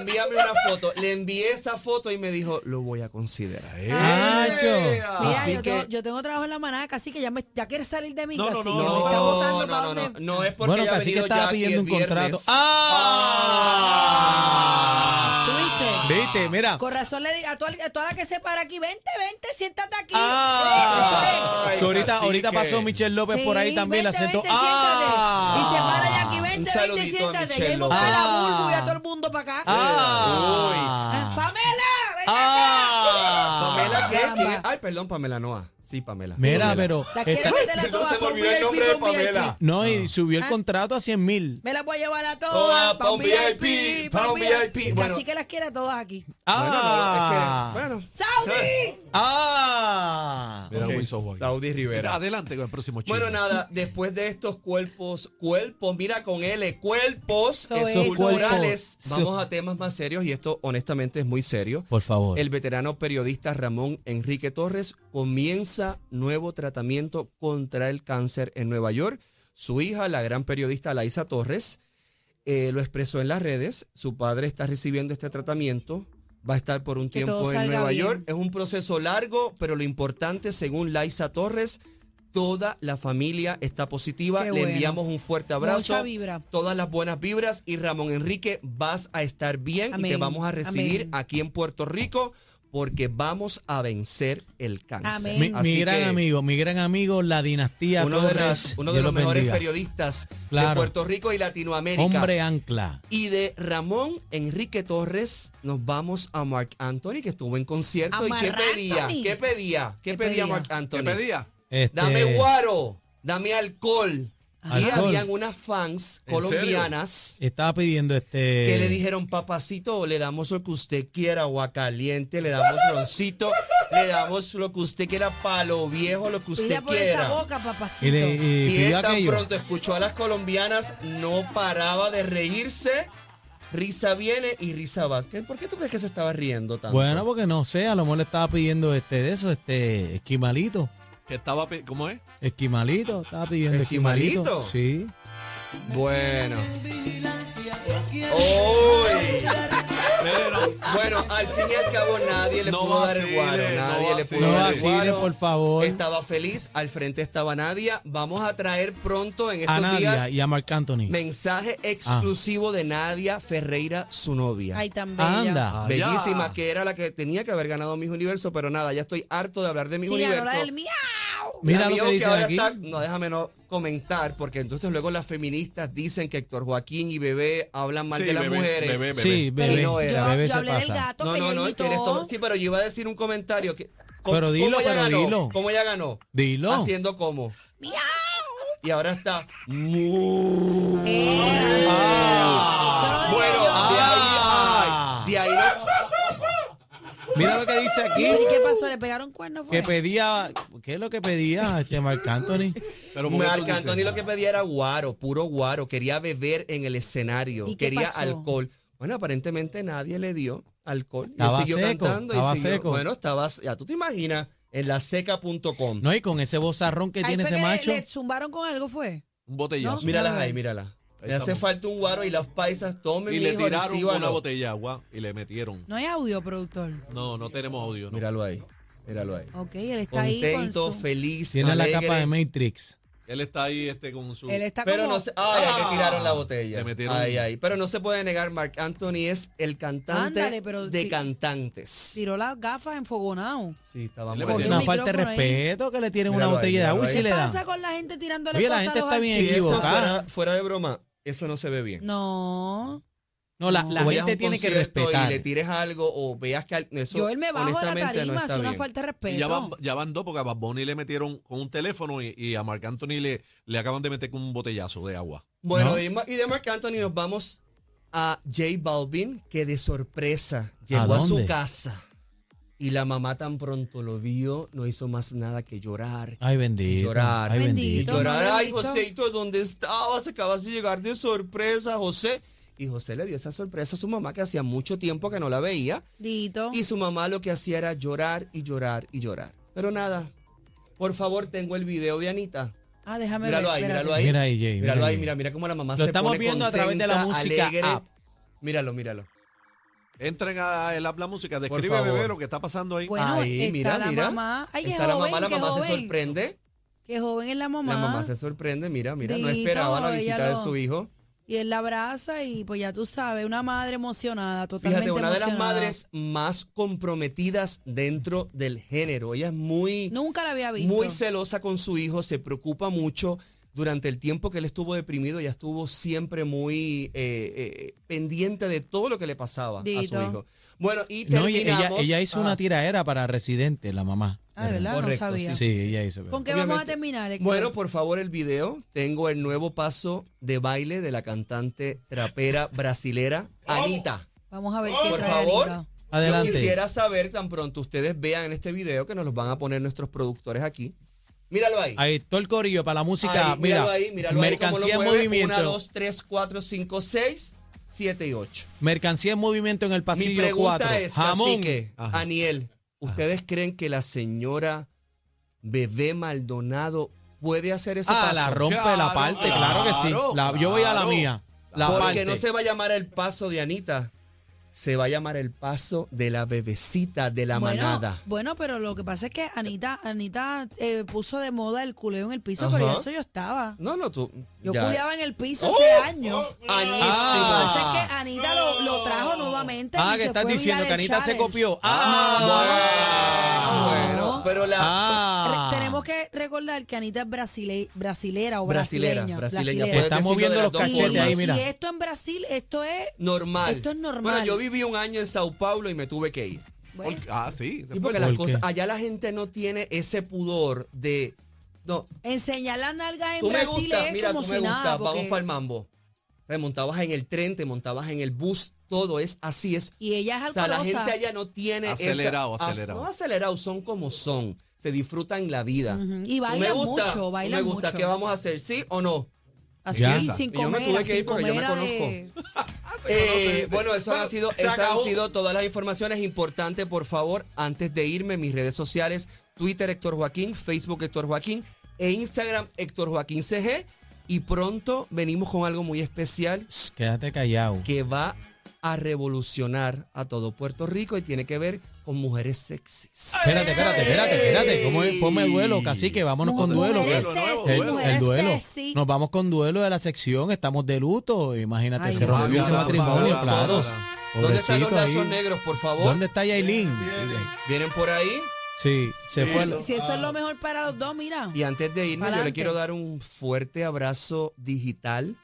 Speaker 2: envíame una foto. Le envié esa foto y me dijo, lo voy a considerar.
Speaker 4: Nacho.
Speaker 3: Mira,
Speaker 2: Así
Speaker 3: yo,
Speaker 2: que-
Speaker 3: tengo, yo tengo trabajo en la manaca, así que ya, me, ya quieres salir de mi
Speaker 5: No, no,
Speaker 3: casa.
Speaker 5: no,
Speaker 2: No,
Speaker 3: me está
Speaker 2: no,
Speaker 3: botando para
Speaker 2: no, no,
Speaker 3: donde-
Speaker 2: no es porque
Speaker 4: Bueno,
Speaker 2: haya
Speaker 4: casi que
Speaker 2: venido
Speaker 4: estaba
Speaker 2: Jackie
Speaker 4: pidiendo
Speaker 2: el
Speaker 4: un contrato.
Speaker 2: viernes.
Speaker 4: ¡Ah!
Speaker 3: ¿Tú viste?
Speaker 4: Viste, mira.
Speaker 3: Con razón le digo a toda, a toda la que se para aquí, vente, vente, siéntate aquí.
Speaker 4: ¡Ah!
Speaker 2: Ay,
Speaker 4: Que ahorita,
Speaker 2: cacique.
Speaker 4: ahorita pasó Michelle López por ahí
Speaker 3: Sí,
Speaker 2: Pues
Speaker 4: también, la
Speaker 3: vente,
Speaker 4: acento.
Speaker 3: vente, siéntate.
Speaker 4: ¡Ah!
Speaker 3: Y se para de aquí, vente, 20,
Speaker 2: Un
Speaker 3: 20,
Speaker 2: saludito a
Speaker 3: siéntate. Ya
Speaker 2: Michelle
Speaker 3: hemos
Speaker 2: López.
Speaker 3: a la
Speaker 4: Ah.
Speaker 3: Bulbu y a todo el mundo para acá. Ah,
Speaker 4: Ah,
Speaker 3: ¡Pamela! ven
Speaker 4: Ah.
Speaker 3: acá!
Speaker 2: Pamela, ¿qué?
Speaker 3: Caramba.
Speaker 2: ¿Qué? Ay, perdón, Pamela Noa. Sí, Pamela.
Speaker 4: Mira,
Speaker 2: Pamela.
Speaker 4: pero. está-
Speaker 3: La quiero meter a
Speaker 2: Perdón,
Speaker 3: todas
Speaker 2: se me
Speaker 3: con
Speaker 2: olvidó el
Speaker 3: VIP,
Speaker 2: nombre de
Speaker 3: con VIP.
Speaker 2: Pamela.
Speaker 4: no, y subió el
Speaker 3: Ah.
Speaker 4: contrato a 100 mil.
Speaker 3: Me las voy a llevar
Speaker 2: Oh,
Speaker 3: a todas.
Speaker 2: Todas,
Speaker 3: pa' un
Speaker 2: VIP, pa' un
Speaker 3: Así
Speaker 2: VIP. Bueno.
Speaker 3: que las quiero a todas aquí.
Speaker 4: Ah,
Speaker 2: Bueno, no, es que-
Speaker 3: ¡Saudi!
Speaker 4: ah.
Speaker 5: Mira,
Speaker 2: bueno. Ok,
Speaker 5: Wilson Boy.
Speaker 2: Saudi Rivera.
Speaker 5: Adelante con el próximo chisme.
Speaker 2: Bueno, nada, después de estos cuerpos, cuerpos, mira con L, cuerpos
Speaker 3: Eso
Speaker 2: esos
Speaker 3: es,
Speaker 2: culturales,
Speaker 4: cuerpos.
Speaker 2: vamos a temas más serios y esto honestamente es muy serio.
Speaker 4: Por favor.
Speaker 2: El veterano periodista Ramón Enrique Torres comienza nuevo tratamiento contra el cáncer en Nueva York. Su hija, la gran periodista Laisa Torres, eh, lo expresó en las redes. Su padre está recibiendo este tratamiento. Va a estar por un
Speaker 3: Que
Speaker 2: tiempo
Speaker 3: todo
Speaker 2: en
Speaker 3: salga
Speaker 2: Nueva
Speaker 3: bien.
Speaker 2: York. Es un proceso largo, pero lo importante, según Laisa Torres, toda la familia está positiva.
Speaker 3: Qué
Speaker 2: Le
Speaker 3: bueno.
Speaker 2: enviamos un fuerte (laughs) abrazo.
Speaker 3: Mucha vibra.
Speaker 2: Todas las buenas vibras y Ramón Enrique, vas a estar bien y te
Speaker 3: Amén.
Speaker 2: vamos a recibir
Speaker 3: Amén.
Speaker 2: aquí en Puerto Rico porque vamos a vencer el cáncer.
Speaker 3: Amén.
Speaker 4: mi, mi
Speaker 2: Así
Speaker 4: gran
Speaker 2: que
Speaker 4: amigo, mi gran amigo, la dinastía
Speaker 2: uno de,
Speaker 4: Torres.
Speaker 2: las- uno de
Speaker 4: Dios
Speaker 2: los
Speaker 4: los
Speaker 2: mejores
Speaker 4: bendiga.
Speaker 2: periodistas de
Speaker 4: Claro.
Speaker 2: Puerto Rico y Latinoamérica.
Speaker 4: Hombre ancla.
Speaker 2: Y de Ramón Enrique Torres nos vamos a Mark Anthony que estuvo en concierto.
Speaker 3: ¿A
Speaker 2: ¿Y qué
Speaker 3: Marc
Speaker 2: pedía?
Speaker 3: Anthony?
Speaker 2: ¿Qué pedía? ¿Qué,
Speaker 3: ¿Qué
Speaker 2: pedía,
Speaker 3: pedía?
Speaker 2: Mark Anthony?
Speaker 5: ¿Qué pedía?
Speaker 4: Este,
Speaker 2: Dame guaro, dame alcohol. Y
Speaker 4: Alcohol.
Speaker 2: habían unas fans
Speaker 5: ¿En serio?
Speaker 2: colombianas.
Speaker 4: Estaba pidiendo este.
Speaker 2: que le dijeron, papacito, le damos lo que usted quiera, agua caliente, le damos roncito, le damos lo que usted quiera, palo viejo, lo que usted
Speaker 3: Pida por esa
Speaker 2: quiera.
Speaker 3: boca,
Speaker 4: Y,
Speaker 3: papacito.
Speaker 4: le- y
Speaker 2: Y él
Speaker 4: pidió
Speaker 2: tan
Speaker 4: aquello.
Speaker 2: pronto escuchó a las colombianas, no paraba de reírse. Risa viene y risa va. ¿Qué- ¿Por qué tú crees que se estaba riendo tanto?
Speaker 4: Bueno, porque no sé, a lo mejor le estaba pidiendo este de eso, este esquimalito.
Speaker 5: Que estaba, pe- ¿Cómo es?
Speaker 4: Esquimalito, estaba pidiendo esquimalito.
Speaker 2: ¿Esquimalito?
Speaker 4: Sí.
Speaker 2: Bueno. Uy.
Speaker 5: Mire, no.
Speaker 2: Bueno, al fin y al cabo nadie le
Speaker 5: No
Speaker 2: pudo dar el
Speaker 5: vacile,
Speaker 2: guaro,
Speaker 5: no
Speaker 2: nadie le pudo
Speaker 5: vacile.
Speaker 4: No
Speaker 2: dar el
Speaker 4: vacile,
Speaker 2: guaro.
Speaker 4: por favor.
Speaker 2: Estaba feliz, al frente estaba Nadia. Vamos a traer pronto en
Speaker 4: A
Speaker 2: estos
Speaker 4: Nadia
Speaker 2: días
Speaker 4: y Ah. a Marc Anthony.
Speaker 2: mensaje exclusivo de Nadia Ferreira, su novia.
Speaker 3: Ay, tan bella.
Speaker 4: Anda.
Speaker 2: Bellísima,
Speaker 5: ya.
Speaker 2: que era la que tenía que haber ganado Mis Universo, pero nada, ya estoy harto de hablar de Mis
Speaker 3: Sí, ganó
Speaker 2: Universo.
Speaker 3: la del miau.
Speaker 4: Mira
Speaker 2: La
Speaker 4: lo
Speaker 2: mía,
Speaker 4: que
Speaker 2: aunque
Speaker 4: dicen
Speaker 2: ahora
Speaker 4: aquí.
Speaker 2: está- no, déjame no comentar, porque entonces luego las feministas dicen que Héctor Joaquín y Bebé hablan mal
Speaker 5: Sí,
Speaker 2: de las
Speaker 5: bebé,
Speaker 2: mujeres.
Speaker 5: bebé, bebé.
Speaker 4: Sí,
Speaker 3: Pero
Speaker 4: bebé.
Speaker 2: no era.
Speaker 3: yo,
Speaker 4: bebé
Speaker 3: yo
Speaker 4: se
Speaker 3: hablé
Speaker 4: pasa.
Speaker 3: del gato
Speaker 2: No,
Speaker 3: que
Speaker 2: no,
Speaker 3: yo
Speaker 2: no,
Speaker 3: invitó.
Speaker 2: tienes todo- Sí, pero yo iba a decir un comentario. Que, ¿Cómo-
Speaker 4: Pero dilo,
Speaker 2: ¿cómo ella
Speaker 4: pero
Speaker 2: ganó?
Speaker 4: dilo.
Speaker 2: ¿Cómo ella ganó?
Speaker 4: Dilo.
Speaker 2: Haciendo como.
Speaker 3: ¡Miau!
Speaker 2: Y ahora está. mu-
Speaker 3: Eh, solo digo
Speaker 2: Ah. Bueno,
Speaker 3: yo.
Speaker 2: de ahí.
Speaker 4: Ah.
Speaker 2: ay, de ahí no-
Speaker 4: Mira lo que dice aquí.
Speaker 3: ¿Y qué pasó? ¿Le pegaron cuernos?
Speaker 4: Que
Speaker 3: fue?
Speaker 4: pedía. ¿Qué es lo que pedía este Marc Anthony?
Speaker 5: Pero ¿por qué tú
Speaker 2: Marc
Speaker 5: dices?
Speaker 2: Anthony lo que pedía era guaro, puro guaro. Quería beber en el escenario.
Speaker 3: ¿Y qué
Speaker 2: Quería
Speaker 3: pasó?
Speaker 2: alcohol. Bueno, aparentemente nadie le dio alcohol. Y
Speaker 4: Estaba
Speaker 2: siguió
Speaker 4: seco,
Speaker 2: cantando y
Speaker 4: estaba
Speaker 2: siguió-
Speaker 4: seco.
Speaker 2: Bueno, estaba. Ya tú te imaginas en la seca.com.
Speaker 4: No, y con ese bozarrón que
Speaker 3: Ay,
Speaker 4: tiene
Speaker 3: fue
Speaker 4: ese
Speaker 3: que le-
Speaker 4: macho.
Speaker 3: ¿Le zumbaron con algo fue?
Speaker 5: Un botellazo.
Speaker 3: No,
Speaker 2: Míralas ahí, míralas.
Speaker 5: Ahí
Speaker 2: Le hace
Speaker 5: estamos.
Speaker 2: falta un guaro y las paisas tomen
Speaker 5: Y
Speaker 2: mi
Speaker 5: le
Speaker 2: hijo,
Speaker 5: tiraron
Speaker 2: recíbalo.
Speaker 5: una botella de agua y le metieron.
Speaker 3: No hay audio, productor.
Speaker 5: No, no tenemos audio. no.
Speaker 2: Míralo ahí, míralo ahí.
Speaker 3: Ok, él está ahí
Speaker 2: Contento,
Speaker 3: con su...
Speaker 2: feliz,
Speaker 4: Tiene la
Speaker 2: alegre.
Speaker 4: capa de Matrix.
Speaker 5: Él está ahí este, con su.
Speaker 3: Él está
Speaker 2: Pero
Speaker 3: como...
Speaker 2: no se, ay, ay,
Speaker 5: Ah.
Speaker 2: le tiraron la botella.
Speaker 5: Le metieron-
Speaker 2: Ay, ay. Pero no se puede negar, Mark Anthony es el cantante
Speaker 3: Ándale, pero
Speaker 2: de
Speaker 3: ti-
Speaker 2: cantantes.
Speaker 3: Tiró las gafas enfogonado.
Speaker 2: Sí, estaba
Speaker 5: Le
Speaker 2: muy
Speaker 5: metieron-
Speaker 2: bien.
Speaker 4: Una
Speaker 3: un
Speaker 4: falta de
Speaker 3: micrófono ahí.
Speaker 4: respeto que le tienen
Speaker 2: Míralo
Speaker 4: una
Speaker 2: ahí,
Speaker 4: botella de
Speaker 2: míralo
Speaker 4: agua y
Speaker 2: ahí.
Speaker 4: si
Speaker 3: ¿Qué
Speaker 4: le
Speaker 3: pasa
Speaker 4: dan.
Speaker 3: con la gente tirándole
Speaker 4: Oye, la
Speaker 3: cosas
Speaker 4: gente
Speaker 3: a los
Speaker 4: está bien
Speaker 2: Si
Speaker 3: artistas?
Speaker 2: eso
Speaker 4: equivocada.
Speaker 2: fuera, fuera de broma, eso no se ve bien.
Speaker 3: No.
Speaker 4: No, la,
Speaker 3: No.
Speaker 4: la
Speaker 2: Tú vayas a
Speaker 4: gente
Speaker 2: un
Speaker 4: tiene que
Speaker 2: concierto
Speaker 4: respetar.
Speaker 2: Y le tires algo o veas que al- eso,
Speaker 3: Yo él me bajo de la
Speaker 2: honestamente, no
Speaker 3: tarima, es
Speaker 2: está
Speaker 3: una
Speaker 2: bien.
Speaker 3: falta de
Speaker 5: Y
Speaker 3: respeto.
Speaker 5: ya van, ya van dos porque a Bad Bunny le metieron con un teléfono y, y a Marc Anthony le, le acaban de meter con un botellazo de agua.
Speaker 2: Bueno,
Speaker 4: ¿No?
Speaker 2: y ma- y de Marc Anthony nos vamos a J Balvin, que de sorpresa llegó
Speaker 4: ¿A
Speaker 2: a, su
Speaker 4: dónde?
Speaker 2: casa. Y la mamá tan pronto lo vio, no hizo más nada que llorar.
Speaker 4: Ay, bendito.
Speaker 2: Llorar.
Speaker 4: Ay,
Speaker 2: Y
Speaker 3: Bendito.
Speaker 4: bendito.
Speaker 2: llorar,
Speaker 3: no lo he
Speaker 2: ay,
Speaker 3: visto".
Speaker 2: Joséito, ¿dónde estabas? Acabas de llegar de sorpresa, José. Y José le dio esa sorpresa a su mamá, que hacía mucho tiempo que no la veía.
Speaker 3: Dito.
Speaker 2: Y su mamá lo que hacía era llorar y llorar y llorar. Pero nada, por favor, tengo el video de Anita.
Speaker 3: Ah, déjame
Speaker 2: Míralo
Speaker 3: ver.
Speaker 2: ahí,
Speaker 3: espérate.
Speaker 2: míralo ahí.
Speaker 4: Mira ahí, Jay, mira
Speaker 2: Míralo ahí,
Speaker 4: ahí.
Speaker 2: mira, mira cómo la mamá
Speaker 4: Lo
Speaker 2: se
Speaker 4: estamos
Speaker 2: pone
Speaker 4: viendo a través de la
Speaker 2: contenta,
Speaker 4: música
Speaker 2: alegre.
Speaker 4: app.
Speaker 2: Míralo, míralo.
Speaker 5: Entren a el app La Música, describe,
Speaker 2: favor.
Speaker 5: bebé, lo que está pasando ahí.
Speaker 3: Bueno,
Speaker 2: ahí,
Speaker 3: está
Speaker 2: mira,
Speaker 3: la
Speaker 2: mira.
Speaker 3: mamá. Ay, qué
Speaker 2: Está la mamá,
Speaker 3: joven,
Speaker 2: la
Speaker 3: qué
Speaker 2: mamá se
Speaker 3: joven.
Speaker 2: sorprende.
Speaker 3: Qué joven es la mamá.
Speaker 2: La mamá se sorprende, mira, mira, no
Speaker 3: Dito,
Speaker 2: esperaba la
Speaker 3: ella
Speaker 2: visita de
Speaker 3: lo-
Speaker 2: su hijo.
Speaker 3: Y él la abraza y pues ya tú sabes, una madre emocionada, totalmente
Speaker 2: Fíjate, una de las
Speaker 3: emocionada.
Speaker 2: madres más comprometidas dentro del género. Ella es muy,
Speaker 3: Nunca la había visto.
Speaker 2: muy celosa con su hijo, se preocupa mucho. durante el tiempo que él estuvo deprimido, ella estuvo siempre muy eh, eh, pendiente de todo lo que le pasaba a su
Speaker 3: Dito.
Speaker 2: hijo. Bueno, y
Speaker 4: No,
Speaker 2: terminamos.
Speaker 4: y ella, ella hizo
Speaker 2: Ah,
Speaker 4: una tiraera para Residente, la mamá.
Speaker 3: Ah, de verdad,
Speaker 2: Correcto,
Speaker 3: no sabía.
Speaker 4: Sí, ella hizo.
Speaker 3: ¿Con qué vamos a
Speaker 2: Obviamente.
Speaker 3: terminar? Héctor?
Speaker 2: Bueno, por favor, el video. Tengo el nuevo paso de baile de la cantante trapera brasilera
Speaker 3: Oh.
Speaker 2: Anita.
Speaker 3: vamos a ver qué
Speaker 2: Por
Speaker 3: trae
Speaker 2: favor.
Speaker 3: Anita.
Speaker 4: Adelante.
Speaker 2: Yo quisiera saber tan pronto ustedes vean este video que nos los van a poner nuestros productores aquí. Míralo ahí.
Speaker 4: Ahí, todo el corillo para la música.
Speaker 2: Ahí,
Speaker 4: mira,
Speaker 2: míralo ahí, míralo ahí, cómo lo
Speaker 4: mercancía en
Speaker 2: mueve.
Speaker 4: movimiento.
Speaker 2: Una, dos, tres, cuatro, cinco, seis, siete y ocho.
Speaker 4: Mercancía en movimiento en el
Speaker 2: Mi
Speaker 4: pasillo
Speaker 2: pregunta
Speaker 4: 4.
Speaker 2: es,
Speaker 4: Jamón.
Speaker 2: cacique,
Speaker 4: Ajá.
Speaker 2: Aniel, ¿ustedes creen que la señora Bebé Maldonado puede hacer ese
Speaker 4: Ah,
Speaker 2: paso?
Speaker 4: la rompe la
Speaker 5: Claro,
Speaker 4: parte, claro, que sí.
Speaker 5: claro,
Speaker 4: La- yo voy a la
Speaker 5: claro.
Speaker 4: mía. La
Speaker 2: Porque
Speaker 4: parte.
Speaker 2: no se va a llamar el paso de Anita, se va a llamar el paso de la bebecita de la manada.
Speaker 3: Bueno, pero lo que pasa es que Anita, Anita eh, puso de moda el culeo en el piso, pero
Speaker 2: Ajá.
Speaker 3: ya eso yo estaba.
Speaker 2: No, no, tú.
Speaker 3: Yo
Speaker 2: ya. ¡Oh! Ah,
Speaker 3: culeaba en el piso hace años. Lo
Speaker 2: Anísimo.
Speaker 3: que pasa
Speaker 4: Ah.
Speaker 3: es que Anita lo, lo trajo nuevamente.
Speaker 4: ah,
Speaker 3: y
Speaker 4: que
Speaker 3: se
Speaker 4: estás
Speaker 3: fue
Speaker 4: diciendo que
Speaker 3: viral el
Speaker 4: Anita se
Speaker 3: challenge.
Speaker 4: copió.
Speaker 2: Ah,
Speaker 4: Ah,
Speaker 2: bueno,
Speaker 3: No.
Speaker 2: pero la
Speaker 4: Ah.
Speaker 3: Re- tenemos que recordar que Anita es brasile- brasilera o
Speaker 2: Brasilera,
Speaker 3: brasileña.
Speaker 2: brasileña,
Speaker 3: brasileña.
Speaker 2: puedes
Speaker 4: Estamos
Speaker 2: decirlo
Speaker 4: viendo
Speaker 2: de las
Speaker 4: los
Speaker 2: dos
Speaker 4: cachetes
Speaker 3: Y,
Speaker 2: formas.
Speaker 4: ahí, mira.
Speaker 3: y esto en Brasil, esto es...
Speaker 2: normal.
Speaker 3: Esto es normal.
Speaker 2: Bueno, yo viví un año en Sao Paulo y me tuve que ir.
Speaker 3: bueno,
Speaker 5: Porque- ah, sí.
Speaker 2: Sí,
Speaker 5: después-
Speaker 2: porque las
Speaker 4: ¿Por
Speaker 2: cosas,
Speaker 4: qué?
Speaker 2: allá la gente no tiene ese pudor de no,
Speaker 3: enseñar las nalgas en
Speaker 2: tú me
Speaker 3: Brasil
Speaker 2: gustas,
Speaker 3: es
Speaker 2: mira, tú
Speaker 3: como
Speaker 2: me
Speaker 3: si
Speaker 2: gustas,
Speaker 3: nada.
Speaker 2: vamos
Speaker 3: porque-
Speaker 2: para el mambo. Te montabas en el tren, te montabas en el bus, todo es así, es
Speaker 3: y ella es
Speaker 2: o sea,
Speaker 3: alcoholosa.
Speaker 2: la gente allá no tiene esa-
Speaker 5: Acelerado,
Speaker 2: as-
Speaker 5: acelerado.
Speaker 2: no acelerado, son como son, se disfrutan la vida.
Speaker 3: Ujú, Y
Speaker 2: Tú
Speaker 3: bailan
Speaker 2: gusta, tú
Speaker 3: mucho, bailan
Speaker 2: me gusta,
Speaker 3: mucho.
Speaker 2: ¿qué vamos a hacer? ¿Sí o no?
Speaker 3: Así,
Speaker 4: Ya.
Speaker 3: sin
Speaker 2: Y yo me
Speaker 3: comer,
Speaker 2: tuve que
Speaker 3: sin
Speaker 2: ir porque yo me
Speaker 3: comer, eh,
Speaker 2: Eh,
Speaker 5: conoces.
Speaker 2: bueno, eso han
Speaker 5: Bueno,
Speaker 2: sido,
Speaker 5: se
Speaker 2: esas han
Speaker 5: acabó.
Speaker 2: sido todas las informaciones importantes. Por favor, antes de irme, mis redes sociales, Twitter Héctor Joaquín, Facebook Héctor Joaquín e Instagram Héctor Joaquín CG. Y pronto venimos con algo muy especial
Speaker 4: Shh, Quédate callado.
Speaker 2: que va a revolucionar a todo Puerto Rico y tiene que ver con mujeres sexys.
Speaker 4: Espérate, espérate, espérate, espérate. ¿Cómo es? Ponme el duelo, cacique. Vámonos con duelo.
Speaker 3: Mujeres
Speaker 4: que-
Speaker 3: sexy,
Speaker 4: el,
Speaker 3: mujeres
Speaker 4: el duelo.
Speaker 3: sexy.
Speaker 4: Nos vamos con duelo de la sección. Estamos de luto. Imagínate,
Speaker 3: Ay,
Speaker 4: se
Speaker 3: Dios
Speaker 4: rompió ese
Speaker 5: mío.
Speaker 4: matrimonio,
Speaker 5: Vamos,
Speaker 4: claro.
Speaker 5: vamos.
Speaker 2: ¿Dónde están
Speaker 4: Pobrecito
Speaker 2: los
Speaker 4: ahí.
Speaker 2: lazos negros, por favor?
Speaker 4: ¿Dónde está Yailin?
Speaker 2: Vienen por ahí.
Speaker 4: Sí, se fue. la-
Speaker 3: Si eso es lo mejor para los dos, mira.
Speaker 2: Y antes de irme, yo le
Speaker 3: Pa'lante.
Speaker 2: quiero dar un fuerte abrazo digital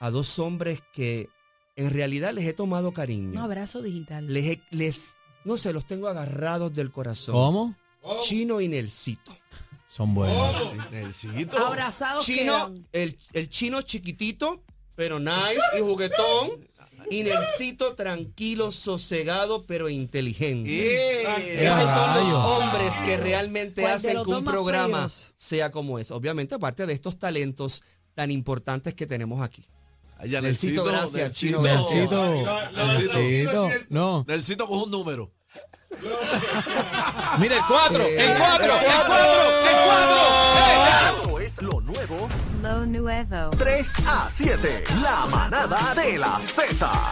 Speaker 2: a dos hombres que en realidad les he tomado
Speaker 3: Un
Speaker 2: cariño.
Speaker 3: abrazo digital.
Speaker 2: Les, he- les no sé, los tengo agarrados del corazón.
Speaker 4: ¿Cómo?
Speaker 2: Chino y Nelsito.
Speaker 4: Son buenos.
Speaker 5: Sí, Nelsito.
Speaker 3: Abrazados
Speaker 2: Chino,
Speaker 3: quedan.
Speaker 2: el, el chino chiquitito, pero nice y juguetón. Y Nelsito tranquilo, sosegado, pero inteligente.
Speaker 5: Eh,
Speaker 2: Esos son los
Speaker 4: Rayos.
Speaker 2: hombres que realmente
Speaker 3: ¿Cuál de
Speaker 2: hacen
Speaker 3: los
Speaker 2: que un
Speaker 3: dos más
Speaker 2: programa
Speaker 3: peligroso?
Speaker 2: sea como es. Obviamente, aparte de estos talentos tan importantes que tenemos aquí.
Speaker 5: allá,
Speaker 2: Nelsito,
Speaker 5: Nelsito,
Speaker 2: gracias, Chino,
Speaker 5: Nelsito.
Speaker 4: Nelsito. Nelsito. No.
Speaker 5: Nelsito coge un número.
Speaker 4: Mira, el 4.
Speaker 2: Sí.
Speaker 4: El 4. El 4. El 4.
Speaker 1: Esto es lo nuevo
Speaker 6: Lo nuevo.
Speaker 1: 3 a 7. La manada de la Z.